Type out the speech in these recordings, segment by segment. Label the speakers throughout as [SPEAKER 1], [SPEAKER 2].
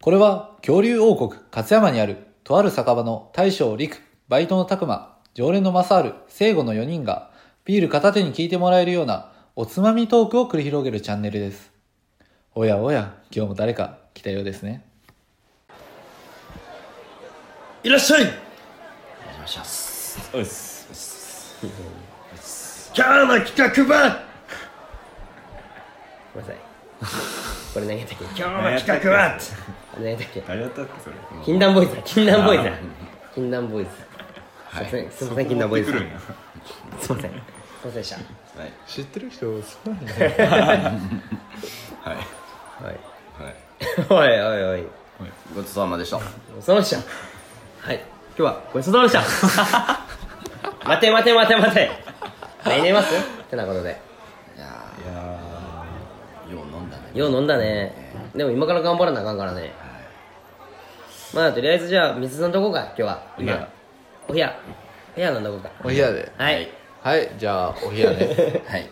[SPEAKER 1] これは恐竜王国勝山にあるとある酒場の大将陸、バイトの拓馬、常連の正ル聖護の4人がビール片手に聞いてもらえるようなおつまみトークを繰り広げるチャンネルです。おやおや、今日も誰か来たようですね。
[SPEAKER 2] いらっしゃい
[SPEAKER 3] お願いします。
[SPEAKER 2] おいっす今日の企画は
[SPEAKER 3] ごめんなさい。これ何やったっけ
[SPEAKER 2] 今日の企画は
[SPEAKER 3] 何やったっけ
[SPEAKER 4] 誰だったっけそれ
[SPEAKER 3] 禁断ボーイズだ。禁断ボーイズだ
[SPEAKER 4] あ。
[SPEAKER 3] 禁断ボーイズ。すいません。すいません、禁断ボーイズだ。すいません。すいませんでした。
[SPEAKER 4] はい
[SPEAKER 1] 知ってる人少ないね。
[SPEAKER 4] はい
[SPEAKER 3] はい。
[SPEAKER 4] はい
[SPEAKER 3] おいおいおい。
[SPEAKER 4] ごちそうさまでした
[SPEAKER 3] ごちそうさまでした。はい。今日はごちそうさまでした。 待て待て待て待て。来年ますってなことで。
[SPEAKER 4] いやいやーよう飲んだね
[SPEAKER 3] よう飲んだね。でも今から頑張らなあかんからね。まあとりあえずじゃあ水飲んどこうか、今日は。
[SPEAKER 4] お
[SPEAKER 3] 今
[SPEAKER 4] や。
[SPEAKER 3] お部屋。部屋飲んどこうか。
[SPEAKER 1] お部屋で。
[SPEAKER 3] はい。
[SPEAKER 1] はい、じゃあお部屋ね。
[SPEAKER 4] はい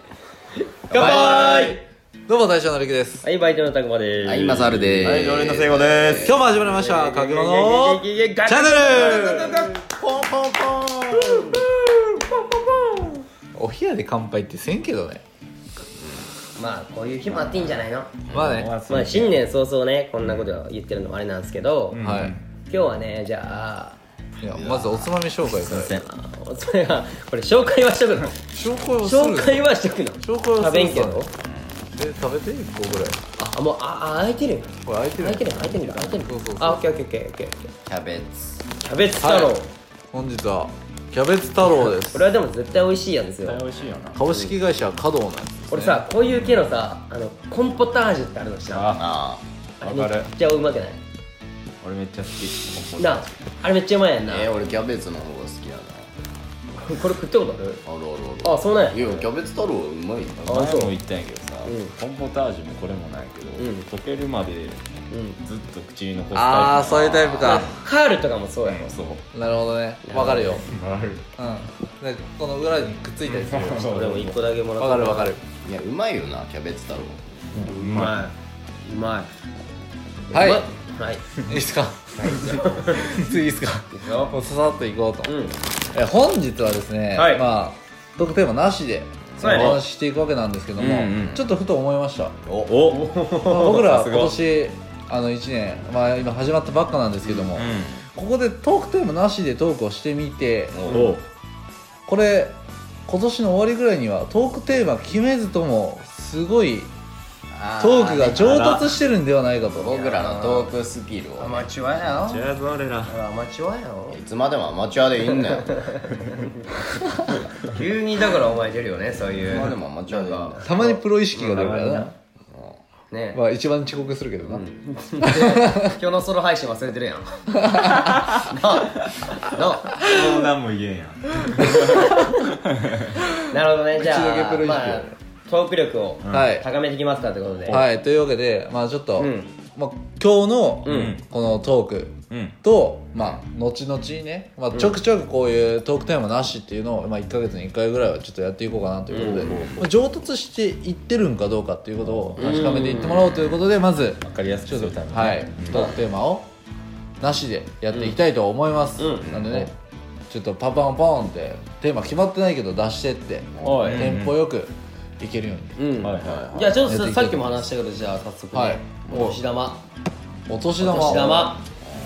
[SPEAKER 3] 乾杯
[SPEAKER 1] どうも大将の陸です。
[SPEAKER 3] はい、バイトのたくまでーす。
[SPEAKER 4] はい今猿でーす
[SPEAKER 2] はい常連の聖護です
[SPEAKER 1] 今日も始まりました、かぐまのチ
[SPEAKER 3] いやいやいやいやいや
[SPEAKER 1] ャンネル
[SPEAKER 4] ポンポン
[SPEAKER 1] お部屋で乾杯ってせんけどね。
[SPEAKER 3] まあ、こういう日もあっていいんじゃないの
[SPEAKER 1] まあね。
[SPEAKER 3] まあ、新年早々ね、こんなこと言ってるのもあれなんですけど、今
[SPEAKER 1] は
[SPEAKER 3] 日はね、じゃあ、
[SPEAKER 1] い。いや、まずおつまみ紹介から。
[SPEAKER 3] あそれは、これ紹介はしとくの
[SPEAKER 1] 紹介をする。
[SPEAKER 3] 紹介はしとくの
[SPEAKER 1] 紹介をする
[SPEAKER 3] 食べんけど
[SPEAKER 1] え、食べて一個ぐらい。
[SPEAKER 3] あ、あもう、あ、あ、開いてるよ
[SPEAKER 1] これ開いてる
[SPEAKER 3] 開いてる開いてる開いてる
[SPEAKER 1] そうそうそう
[SPEAKER 3] あ、オッケーオッケーオッケーオッケーオッケ
[SPEAKER 4] キャベツ
[SPEAKER 3] ーキャベツ太郎、
[SPEAKER 1] はい本日はキャベツ太郎です
[SPEAKER 3] これはでも絶対美味しいやつですよ
[SPEAKER 2] 美味しいよな
[SPEAKER 1] 株式会社華道なんです、ね、
[SPEAKER 3] 俺さ、こういう系のさ、あの、コンポタージュってあるの知らんあ
[SPEAKER 4] あ
[SPEAKER 3] れめ
[SPEAKER 2] わかる
[SPEAKER 3] っちゃうまくない
[SPEAKER 2] 俺めっちゃ好き
[SPEAKER 3] なあ、あれめっちゃうまいやん
[SPEAKER 4] あ
[SPEAKER 3] な
[SPEAKER 4] えー俺キャベツの方が好きやな
[SPEAKER 3] これ食ったことある
[SPEAKER 4] あるある
[SPEAKER 3] あそうなんや
[SPEAKER 4] あるいやキャベツ太郎うまいな
[SPEAKER 3] あ
[SPEAKER 2] 前
[SPEAKER 3] そう
[SPEAKER 2] も言ったんやけどさ、
[SPEAKER 3] うん
[SPEAKER 2] コンポタージュもこれもないけど、
[SPEAKER 3] ん
[SPEAKER 2] 溶けるまで
[SPEAKER 3] うん
[SPEAKER 2] ずっと口に残すタイプ
[SPEAKER 1] ああそういうタイプか
[SPEAKER 3] カールとかもそうやろ
[SPEAKER 2] そう
[SPEAKER 1] なるほどねわかるよ
[SPEAKER 2] なる
[SPEAKER 1] うんでこの裏にくっついたりするよ
[SPEAKER 3] 俺も1個だけもら
[SPEAKER 1] わ
[SPEAKER 3] った
[SPEAKER 1] かるわかる
[SPEAKER 4] いやうまいよなキャベツ太郎
[SPEAKER 2] うま
[SPEAKER 3] うまい
[SPEAKER 1] はいう
[SPEAKER 3] まはい
[SPEAKER 1] いいっすか次いいっすか
[SPEAKER 3] いくよ
[SPEAKER 1] もうささっといこうと、
[SPEAKER 3] うん
[SPEAKER 1] え本日はですね、
[SPEAKER 3] はい
[SPEAKER 1] まあ特テーマなしでお
[SPEAKER 3] そうやね
[SPEAKER 1] 話ししていくわけなんですけども、
[SPEAKER 2] うんうん
[SPEAKER 1] ちょっとふと思いました
[SPEAKER 2] おお
[SPEAKER 1] まあ僕ら
[SPEAKER 2] さすが
[SPEAKER 1] 今年あの1年、まあ、今始まったばっかなんですけども、ここでトークテーマなしでトークをしてみて
[SPEAKER 2] うんお
[SPEAKER 1] これ今年の終わりぐらいにはトークテーマ決めずともすごいトークが上達してるんではないかと
[SPEAKER 4] 僕らのトークスキルを、ね、
[SPEAKER 3] チュアや
[SPEAKER 2] ジ
[SPEAKER 3] ろ
[SPEAKER 2] ャズ俺ら
[SPEAKER 3] 俺アマチュアやろ
[SPEAKER 4] いつまでもアマチュアでいいんだよいつ
[SPEAKER 3] 急にだからお前出るよねそうい
[SPEAKER 4] ま
[SPEAKER 3] う
[SPEAKER 4] で もアマチュアでいいんだよ
[SPEAKER 1] たまにプロ意識が出るからな、
[SPEAKER 3] ね
[SPEAKER 1] まあ、一番遅刻するけどな、
[SPEAKER 3] 今日のソロ配信忘れてるやんなあなあ
[SPEAKER 2] もう何も言えんやん
[SPEAKER 3] なるほどねじゃ
[SPEAKER 1] 口だけ
[SPEAKER 3] あ
[SPEAKER 1] プロ意識
[SPEAKER 3] まあトーク力を
[SPEAKER 1] はい
[SPEAKER 3] 高めてきますかということで
[SPEAKER 1] はいというわけでまあちょっと、
[SPEAKER 3] うん
[SPEAKER 1] まあ、今日の
[SPEAKER 3] ん
[SPEAKER 1] このトーク
[SPEAKER 2] うん
[SPEAKER 1] と、まあ後々ね、まあ、ちょくちょくこういうトークテーマなしっていうのを、まあ、1か月に1回ぐらいはちょっとやっていこうかなということで、まあ、上達していってるんかどうかっていうことを確かめていってもらおうということでまず
[SPEAKER 2] わかりやすくするためにね
[SPEAKER 1] はい、トークテーマをなしでやっていきたいと思います、
[SPEAKER 3] うん
[SPEAKER 1] なんでね、ちょっとパンパンパンってテーマ決まってないけど出してって
[SPEAKER 3] おい
[SPEAKER 1] テンポよくいけるように、
[SPEAKER 3] うん
[SPEAKER 2] はいは
[SPEAKER 3] じゃあちょっと
[SPEAKER 1] やってい
[SPEAKER 3] さ
[SPEAKER 1] こう
[SPEAKER 3] さっきも話したけどじゃあ早速
[SPEAKER 1] はい
[SPEAKER 3] ねお年玉
[SPEAKER 1] お年
[SPEAKER 3] お
[SPEAKER 1] 玉
[SPEAKER 3] 年玉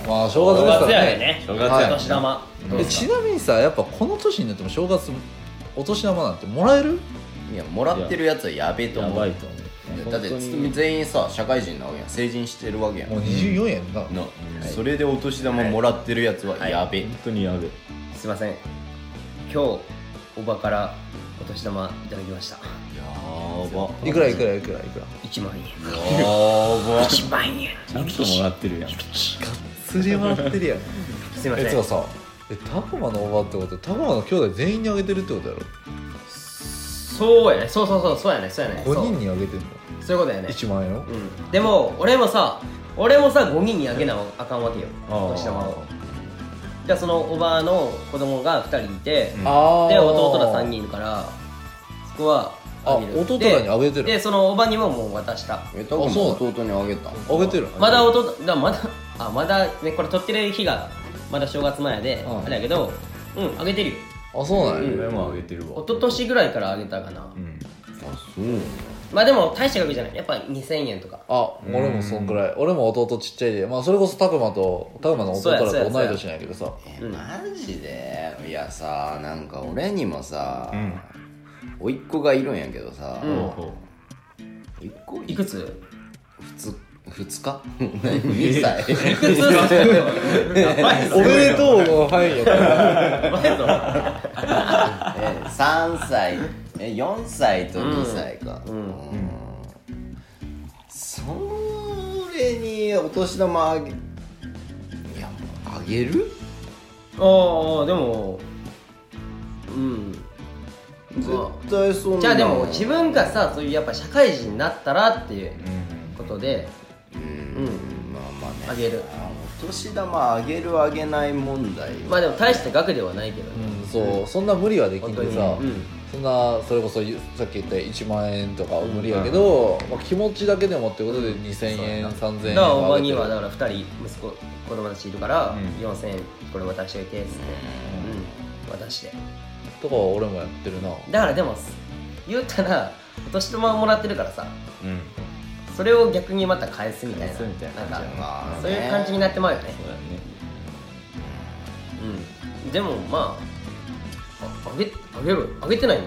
[SPEAKER 1] まあ正月
[SPEAKER 3] 正
[SPEAKER 1] ですか
[SPEAKER 3] 月や
[SPEAKER 1] ら
[SPEAKER 3] で
[SPEAKER 1] ね
[SPEAKER 3] ね
[SPEAKER 2] 正月やね
[SPEAKER 3] お年玉
[SPEAKER 1] えちなみにさやっぱこの年になっても正月お年玉なんてもらえる
[SPEAKER 4] いやもらってるやつはやべえ
[SPEAKER 2] い
[SPEAKER 4] と
[SPEAKER 2] や
[SPEAKER 4] 思う
[SPEAKER 2] ばいと思う
[SPEAKER 4] だって全員さ社会人なわけやん成人してるわけやん
[SPEAKER 1] もう24やんな、
[SPEAKER 4] な、それでお年玉もらってるやつはやべえ、
[SPEAKER 2] 本当にやべえ
[SPEAKER 3] すいません今日おばからお年玉いただきました
[SPEAKER 4] やば
[SPEAKER 1] いくらいくらいくらいくら
[SPEAKER 3] 1万円
[SPEAKER 4] やば
[SPEAKER 3] 1万円
[SPEAKER 2] ちゃんともらってるやん
[SPEAKER 1] 釣りもらってるやん
[SPEAKER 3] すいませ
[SPEAKER 1] え
[SPEAKER 3] ん
[SPEAKER 1] つかさえタコマのおばってことタコマの兄弟全員にあげてるってことやろ
[SPEAKER 3] そうやねそうそうそうそうやねそうやね
[SPEAKER 1] 5人にあげてんの
[SPEAKER 3] そうそういうことやね
[SPEAKER 1] 1万円よ
[SPEAKER 3] うんでも俺もさ俺もさ5人にあげなあかんわけよ
[SPEAKER 2] あー
[SPEAKER 3] お年玉をじゃあそのおばの子供が2人いて、
[SPEAKER 2] うん
[SPEAKER 1] あ
[SPEAKER 3] で弟ら3人いるからそこは
[SPEAKER 1] あ
[SPEAKER 3] あげる
[SPEAKER 1] 弟らにあげてる
[SPEAKER 3] ででそのおばにももう渡した
[SPEAKER 4] えたく
[SPEAKER 1] あそう
[SPEAKER 4] も弟にあげた
[SPEAKER 1] あげてる
[SPEAKER 3] まだ弟だまだあまだねこれ撮ってる日がまだ正月前で、
[SPEAKER 1] うん
[SPEAKER 3] あれやけどうんあげてるよ
[SPEAKER 1] あそうなんや、
[SPEAKER 2] 俺もあげてるわ
[SPEAKER 3] 一昨年ぐらいからあげたかな、
[SPEAKER 2] うん
[SPEAKER 4] あそうなんだ
[SPEAKER 3] まあでも大した額じゃないやっぱ2000円とか
[SPEAKER 1] あ俺もそんくらい俺も弟ちっちゃいで、まあ、それこそ拓磨と拓磨の弟ら
[SPEAKER 3] そうやそ
[SPEAKER 1] と
[SPEAKER 3] うや
[SPEAKER 1] 同い年なんやけどさ
[SPEAKER 4] え
[SPEAKER 3] うん
[SPEAKER 4] マジでいやさなんか俺にもさ
[SPEAKER 2] うん
[SPEAKER 4] 甥っ子がいるんやけどさ
[SPEAKER 3] うん
[SPEAKER 2] ほうほ
[SPEAKER 4] 甥っ子
[SPEAKER 3] いくつ
[SPEAKER 4] ふつ2日 ?2 歳
[SPEAKER 3] いくつやばいぞ
[SPEAKER 1] おめでとうの範囲やったら
[SPEAKER 3] やばいぞ
[SPEAKER 4] え3歳え4歳と2歳か
[SPEAKER 3] う
[SPEAKER 4] うん
[SPEAKER 3] う
[SPEAKER 4] ん、
[SPEAKER 3] ん
[SPEAKER 4] それにお年玉あげいやあげる
[SPEAKER 3] ああでもうん
[SPEAKER 4] 絶対そんな
[SPEAKER 3] じゃあでも自分がさそういうやっぱ社会人になったらっていう
[SPEAKER 2] うう
[SPEAKER 3] こ
[SPEAKER 2] ん
[SPEAKER 3] とで
[SPEAKER 4] うん、まあまあね
[SPEAKER 3] あげる
[SPEAKER 4] あお年玉あげるあげない問題
[SPEAKER 3] まあでも大した額ではないけどね
[SPEAKER 1] うんそうそんな無理はできんけ
[SPEAKER 3] 本当
[SPEAKER 1] ど
[SPEAKER 3] に
[SPEAKER 1] さ、
[SPEAKER 3] うん
[SPEAKER 1] そんなそれこそさっき言った1万円とかは無理やけど、まあ、気持ちだけでもってことで2000円、3000
[SPEAKER 3] だ
[SPEAKER 1] 円
[SPEAKER 3] からおばに
[SPEAKER 1] は
[SPEAKER 3] は
[SPEAKER 1] 上
[SPEAKER 3] だ
[SPEAKER 1] げて
[SPEAKER 3] から2人息子子供たちいるから
[SPEAKER 2] うん
[SPEAKER 3] 4000円これ渡しておいてっつってうん渡して
[SPEAKER 1] るとかは俺もやってるな
[SPEAKER 3] だからでも言うたらお年玉もらってるからさ
[SPEAKER 2] うん
[SPEAKER 3] それを逆にまた返すみたいな
[SPEAKER 2] 返すみたいな
[SPEAKER 3] なんか
[SPEAKER 4] まあね
[SPEAKER 3] そういう感じになってまうよね
[SPEAKER 2] そうだね
[SPEAKER 3] うんでもまあああげあげるあげてないの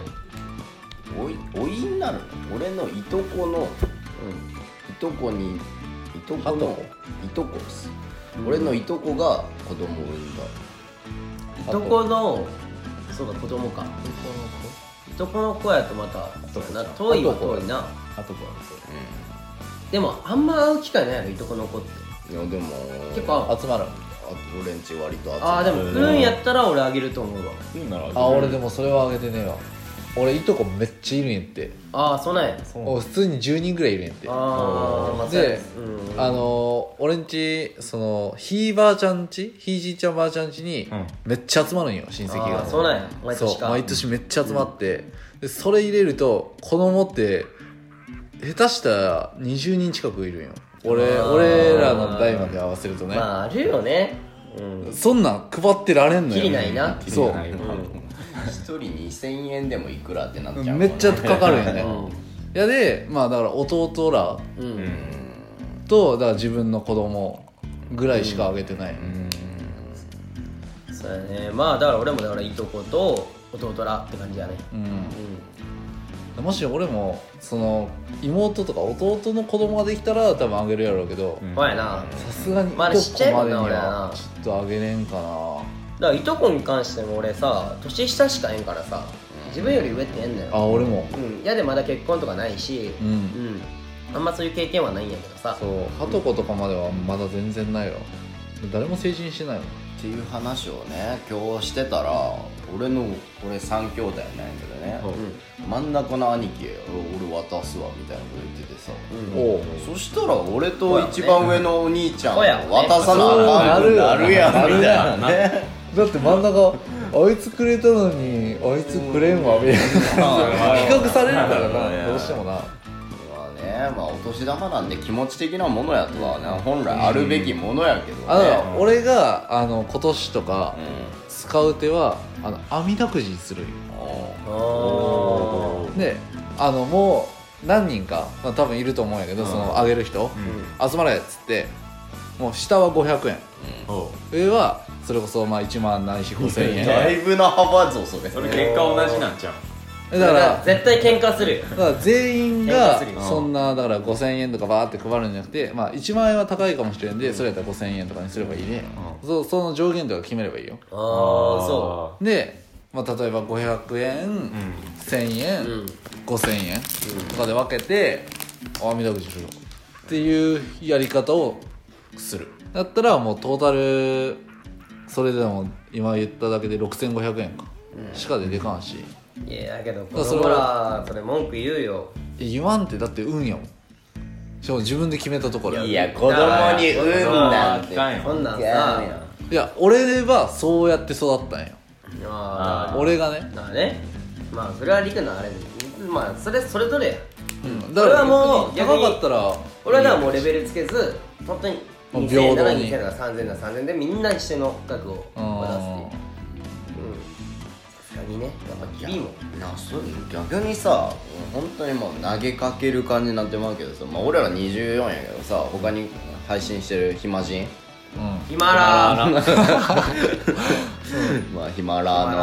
[SPEAKER 4] おいおいになるの俺のいとこの
[SPEAKER 3] う
[SPEAKER 4] いとこにいと
[SPEAKER 1] は
[SPEAKER 4] こ
[SPEAKER 1] と
[SPEAKER 4] の
[SPEAKER 1] こ
[SPEAKER 4] いとこです
[SPEAKER 3] うん
[SPEAKER 4] 俺のいとこが子供を産んだ
[SPEAKER 3] んいとこのそうか子供かいとこの子やとまたそうやな遠いは遠いな
[SPEAKER 2] あとこはそう
[SPEAKER 3] でもあんま会う機会ないやろいとこの子って
[SPEAKER 4] うんいやでも
[SPEAKER 3] 結構会う
[SPEAKER 1] 集まる
[SPEAKER 4] あ俺んち割と集まる
[SPEAKER 3] ああでも来るんやったら俺あげると思うわ
[SPEAKER 2] いいなら
[SPEAKER 1] あ俺で
[SPEAKER 2] も
[SPEAKER 1] もそれはあげてねえわ俺いとこめっちゃいるんやって
[SPEAKER 3] ああそうなんや
[SPEAKER 2] そう
[SPEAKER 1] 俺普通に10人ぐらいいるんやって
[SPEAKER 3] ああまあそうや
[SPEAKER 1] で
[SPEAKER 3] うん
[SPEAKER 1] あのー、俺んちそのひいばあちゃんちひいじいちゃんばあちゃんちに
[SPEAKER 2] うん
[SPEAKER 1] めっちゃ集まるんよ親戚
[SPEAKER 3] あ
[SPEAKER 1] が
[SPEAKER 3] ーそうなんや毎
[SPEAKER 1] そ
[SPEAKER 3] 年
[SPEAKER 1] う
[SPEAKER 3] か
[SPEAKER 1] 毎年めっちゃ集まって、でそれ入れると子供って下手したら20人近くいるんよ俺
[SPEAKER 3] あー
[SPEAKER 1] 俺らの代まで合わせるとね、
[SPEAKER 3] まああるよねうん
[SPEAKER 1] そんなん配ってられんのよ
[SPEAKER 3] きりないな
[SPEAKER 1] そう
[SPEAKER 2] はい
[SPEAKER 4] 一人2000円でもいくらってなっちゃうもんね
[SPEAKER 1] めっちゃかかるんよね、
[SPEAKER 3] うん
[SPEAKER 1] いやでまあだから弟ら
[SPEAKER 3] う
[SPEAKER 2] うんん
[SPEAKER 1] とだから自分の子供ぐらいしかあげてない、
[SPEAKER 2] うん
[SPEAKER 3] そうやねまあだから俺もだからいとこと弟らって感じやね
[SPEAKER 1] うん
[SPEAKER 3] う
[SPEAKER 1] もし俺もその妹とか弟の子供ができたら多分あげるやろうけど
[SPEAKER 2] うんん
[SPEAKER 3] ほんやな
[SPEAKER 1] さすがにいとこ
[SPEAKER 3] ま
[SPEAKER 1] ま
[SPEAKER 3] あ
[SPEAKER 1] で
[SPEAKER 3] ちっちゃい
[SPEAKER 1] に
[SPEAKER 3] もんな俺らな
[SPEAKER 1] はちょっとあげれんかな
[SPEAKER 3] だからいとこに関しても俺さ年下しかえんからさ自分より上ってええんだよ
[SPEAKER 1] あ俺も
[SPEAKER 3] うん嫌でまだ結婚とかないし
[SPEAKER 1] う
[SPEAKER 3] うんんあんまそういう経験はないんやけどさ
[SPEAKER 1] そうはとことかまではまだ全然ないわ誰も成人してないもん
[SPEAKER 4] っていう話をね今日してたら俺の俺3兄弟なんやけどね
[SPEAKER 2] ほう
[SPEAKER 4] 真ん中の兄貴俺渡すわみたいなこと言っててさ、
[SPEAKER 3] うん
[SPEAKER 1] おう
[SPEAKER 4] そしたら俺と一番上のお兄ちゃん渡さなあか
[SPEAKER 1] そ
[SPEAKER 4] ん
[SPEAKER 1] う
[SPEAKER 4] く
[SPEAKER 1] や
[SPEAKER 4] な
[SPEAKER 1] ね
[SPEAKER 4] るやんみ
[SPEAKER 1] なる
[SPEAKER 4] たい
[SPEAKER 1] や
[SPEAKER 4] な
[SPEAKER 1] ろ
[SPEAKER 4] ね
[SPEAKER 1] だって真ん中あいつくれたのにあいつくれんわみたい な比較されるからなどうしてもな
[SPEAKER 4] まあねまあお年玉なんで気持ち的なものやとはね本来あるべきものやけどね
[SPEAKER 1] あだから俺があの今年とか
[SPEAKER 4] うん
[SPEAKER 1] 使う手はあの網だくじにするんよ
[SPEAKER 3] あ
[SPEAKER 2] お
[SPEAKER 3] ー
[SPEAKER 2] ー
[SPEAKER 1] であのもう何人か、まあ、多分いると思うんやけど、
[SPEAKER 2] うん
[SPEAKER 1] そのあげる人、集まれっつってもう下は500円
[SPEAKER 2] ほ
[SPEAKER 1] 上はそれこそまあ1万ないし5000円
[SPEAKER 4] だいぶな幅ぞそれ
[SPEAKER 2] うそれ結果同じなんちゃう
[SPEAKER 1] だからだ
[SPEAKER 3] 絶対喧嘩するよ
[SPEAKER 1] から全員
[SPEAKER 3] 喧嘩
[SPEAKER 1] が
[SPEAKER 3] するよ
[SPEAKER 1] そんなだから5000円とかバーって配るんじゃなくて、まあ、1万円は高いかもしれんでそれやったら5000円とかにすればいいね、そうその上限とか決めればいいよ
[SPEAKER 3] ああそ
[SPEAKER 1] で、まあ、例えば500円、1000円、
[SPEAKER 3] うん
[SPEAKER 1] 5000円とかで分けてあ網だくじしようっていうやり方をするだったらもうトータルそれでも今言っただけで6500円か、しか出てかんし
[SPEAKER 3] ういやだけど
[SPEAKER 1] から
[SPEAKER 3] 子
[SPEAKER 1] それ
[SPEAKER 3] 供らそれ文句言うよ
[SPEAKER 1] いや言わんってだって運やもんしかも自分で決めたところや
[SPEAKER 4] い
[SPEAKER 1] い
[SPEAKER 4] や子供に産んなんて
[SPEAKER 2] 子供はあかんよ
[SPEAKER 3] こんなん
[SPEAKER 4] や
[SPEAKER 3] さ
[SPEAKER 4] めよ
[SPEAKER 1] や俺はそうやって育ったんよ
[SPEAKER 3] ああ
[SPEAKER 1] 俺がね
[SPEAKER 3] まあねまあそれは陸のあれまあそれそれぞれや
[SPEAKER 1] うん、
[SPEAKER 3] 俺はもう
[SPEAKER 1] 逆に高かったら
[SPEAKER 3] 俺はだからもうレベルつけず本当に
[SPEAKER 1] もう
[SPEAKER 3] 2000円
[SPEAKER 1] 平
[SPEAKER 3] なら
[SPEAKER 1] 等に
[SPEAKER 3] 2000円なら3000円なら3000円でみんな一緒の額を渡すっていううんさすがにねやっぱ厳いもん
[SPEAKER 4] なそう逆にさ本当にもう投げかける感じになってまうけどさ、まあ、俺ら24やけどさ他に配信してる暇人
[SPEAKER 1] うん
[SPEAKER 3] ヒマラー
[SPEAKER 4] まあヒマラ
[SPEAKER 3] ヒ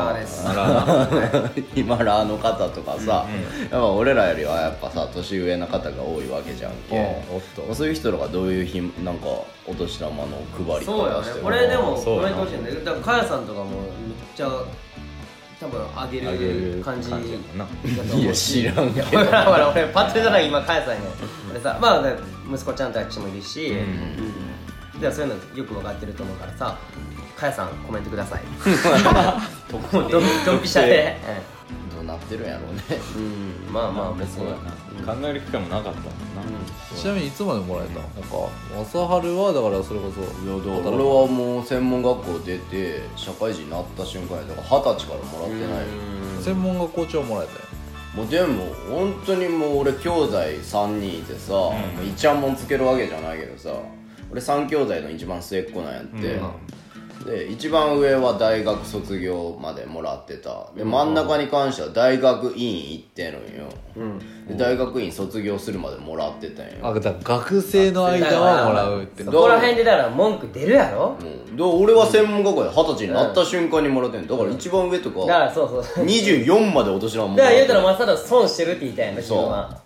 [SPEAKER 3] マラー
[SPEAKER 4] ー
[SPEAKER 3] で
[SPEAKER 4] の
[SPEAKER 3] す
[SPEAKER 4] ヒマラーの方とかさ、やっぱ俺らよりはやっぱさ年上の方が多いわけじゃんけ、
[SPEAKER 1] おっと
[SPEAKER 4] まあそういう人らがどういうひなんかお年玉の配り
[SPEAKER 3] そう
[SPEAKER 4] 方
[SPEAKER 3] よ
[SPEAKER 4] して
[SPEAKER 3] ね
[SPEAKER 4] るの
[SPEAKER 3] これでも
[SPEAKER 2] そう
[SPEAKER 3] コ
[SPEAKER 2] や
[SPEAKER 3] メ
[SPEAKER 2] な
[SPEAKER 3] ント欲しいんだけどだからかやさんとかもめっちゃ多分あげ
[SPEAKER 2] あげ
[SPEAKER 3] る
[SPEAKER 2] る
[SPEAKER 3] 感じ
[SPEAKER 2] 感じ
[SPEAKER 3] だ
[SPEAKER 2] や
[SPEAKER 3] と思
[SPEAKER 2] もんな
[SPEAKER 3] う
[SPEAKER 4] いや知らんけど
[SPEAKER 3] ほらほら俺パッと出たら今かやさんやね俺さまあね息子ちゃんとあっちもいるし、
[SPEAKER 2] うん
[SPEAKER 3] じゃあそういうのよく分かってると思うからさかやさんコメントくださいドンドンピシャで、
[SPEAKER 4] どうなってるんやろうね
[SPEAKER 3] うん、まあまあ別
[SPEAKER 2] そう
[SPEAKER 3] に
[SPEAKER 2] やな考える機会もなかったもんな
[SPEAKER 1] ちなみにいつまでもらえたのなんか正春はだからそれこそ
[SPEAKER 4] 俺はもう専門学校出て社会人になった瞬間やだから二十歳からもらってないよ
[SPEAKER 1] 専門学校長もらえたよ
[SPEAKER 4] もうでも本当にもう俺兄弟3人いてさ、もういちゃもんつけるわけじゃないけどさ俺3兄弟の一番末っ子なんやって、で一番上は大学卒業までもらってたで真ん中に関しては大学院行ってるんよ、で大学院卒業するまでもらってたんよ
[SPEAKER 1] あだから学生の間はもらうって
[SPEAKER 3] そ
[SPEAKER 1] な
[SPEAKER 3] こら辺でだから文句出るやろ
[SPEAKER 4] うん、だから俺は専門学校で二十歳になった瞬間にもらってんだから一番上と
[SPEAKER 3] だか
[SPEAKER 4] から
[SPEAKER 3] そうそう
[SPEAKER 4] 24までお年玉も
[SPEAKER 3] だ
[SPEAKER 4] ら
[SPEAKER 3] か
[SPEAKER 4] っ
[SPEAKER 3] ら言う
[SPEAKER 4] て
[SPEAKER 3] たらまさだ損してるって言いたいんだけどな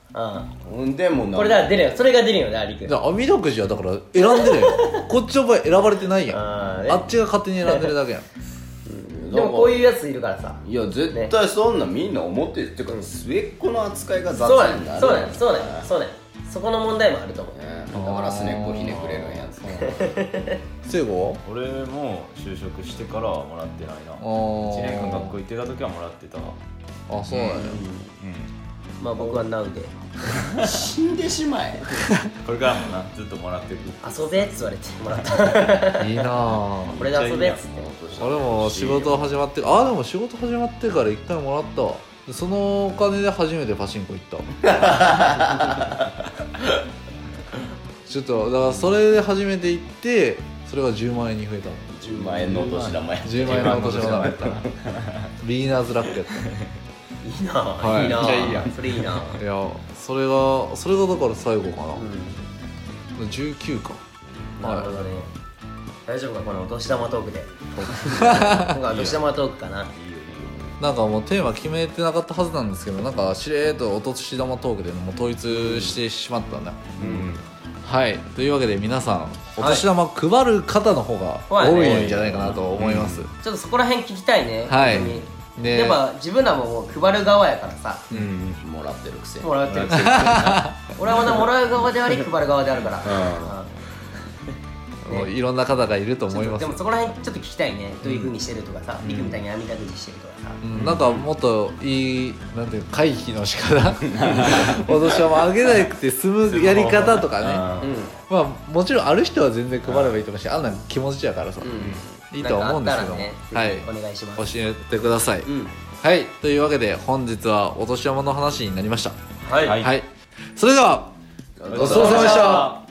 [SPEAKER 3] う
[SPEAKER 4] ほんでもうんな
[SPEAKER 3] これだから出るよそれが出るよなりく
[SPEAKER 1] だから網戸くじはだから選ん でるよこっちの場合選ばれてないやん
[SPEAKER 3] あ
[SPEAKER 1] あ
[SPEAKER 3] ーね
[SPEAKER 1] っちが勝手に選んでるだ けやん
[SPEAKER 4] うん
[SPEAKER 3] でもこういうやついるからさ
[SPEAKER 4] いや絶対そんなみんな思ってる、ってか末っ子の扱いが雑
[SPEAKER 3] そうや
[SPEAKER 4] に
[SPEAKER 3] ね
[SPEAKER 4] なる
[SPEAKER 3] そうやねそうやねそうやねそこの問題もあると思う
[SPEAKER 4] うんだからすねっこひねくれるんやつ
[SPEAKER 1] 聖子は
[SPEAKER 2] 俺も就職してからはもらってないな
[SPEAKER 1] あー
[SPEAKER 2] 1年間学校行ってた時はもらってたわ
[SPEAKER 1] あそうなんや、
[SPEAKER 2] うん
[SPEAKER 3] まあ僕は NOW で
[SPEAKER 4] 死んでしまえ
[SPEAKER 2] これからもなずっともらっていく
[SPEAKER 3] 遊べっつ言われてもらった
[SPEAKER 1] いいなあ
[SPEAKER 3] これで遊べっつって
[SPEAKER 1] 俺も仕事始まってあでも仕事始まってから一回もらったわでそのお金で初めてパチンコ行ったわ ちょっとだからそれで初めて行ってそれが10万円に増えたの
[SPEAKER 4] 10万円のお年玉や
[SPEAKER 1] 10万円のお年玉だったなビギナーズラックやった
[SPEAKER 3] いいなぁ、
[SPEAKER 1] はい
[SPEAKER 3] い、いなぁ
[SPEAKER 1] めっちゃいいやん
[SPEAKER 3] それいいなぁ
[SPEAKER 1] いやそれがそれがだから最後かな、19か
[SPEAKER 3] なるほどね大丈夫かこのお年玉トークで今回お年玉トークかな
[SPEAKER 1] なんかもうテーマ決めてなかったはずなんですけどなんかしれーっとお年玉トークでもう統一してしまったんだ、
[SPEAKER 2] うん
[SPEAKER 1] はいというわけで皆さんお年玉配る方の方が
[SPEAKER 3] はい
[SPEAKER 1] 多いんじゃないかなと思います、
[SPEAKER 3] ちょっとそこら辺聞きたいね
[SPEAKER 1] はい
[SPEAKER 3] 本当に
[SPEAKER 1] ね
[SPEAKER 3] やっぱ自分らももう配る側やからさ
[SPEAKER 2] うん
[SPEAKER 4] もらってるくせに
[SPEAKER 3] もらうってる俺はまだもらう側であり配る側であるから、
[SPEAKER 1] もういろんな方がいると
[SPEAKER 3] うん
[SPEAKER 1] 思います
[SPEAKER 3] でもそこら辺ちょっと聞きたいねどういう風にしてるとかさ、リクみたいに網だくじしてると
[SPEAKER 1] う
[SPEAKER 3] かさ、
[SPEAKER 1] んなんかもっといいなんていうか回避の仕 方お年玉あげなくて済むやり方とかね
[SPEAKER 2] あー
[SPEAKER 1] まあもちろんある人は全然配ればいいと思うしあんなん気持ちやからさ、いいとは思うんですけども、
[SPEAKER 3] なんかあ
[SPEAKER 1] は
[SPEAKER 3] ったら
[SPEAKER 1] い
[SPEAKER 3] ねお願いします
[SPEAKER 1] 教えてください、
[SPEAKER 3] うん
[SPEAKER 1] はいというわけで本日はお年玉の話になりました
[SPEAKER 2] はい
[SPEAKER 1] はい、それでは
[SPEAKER 4] ご
[SPEAKER 1] ごちそうさまでした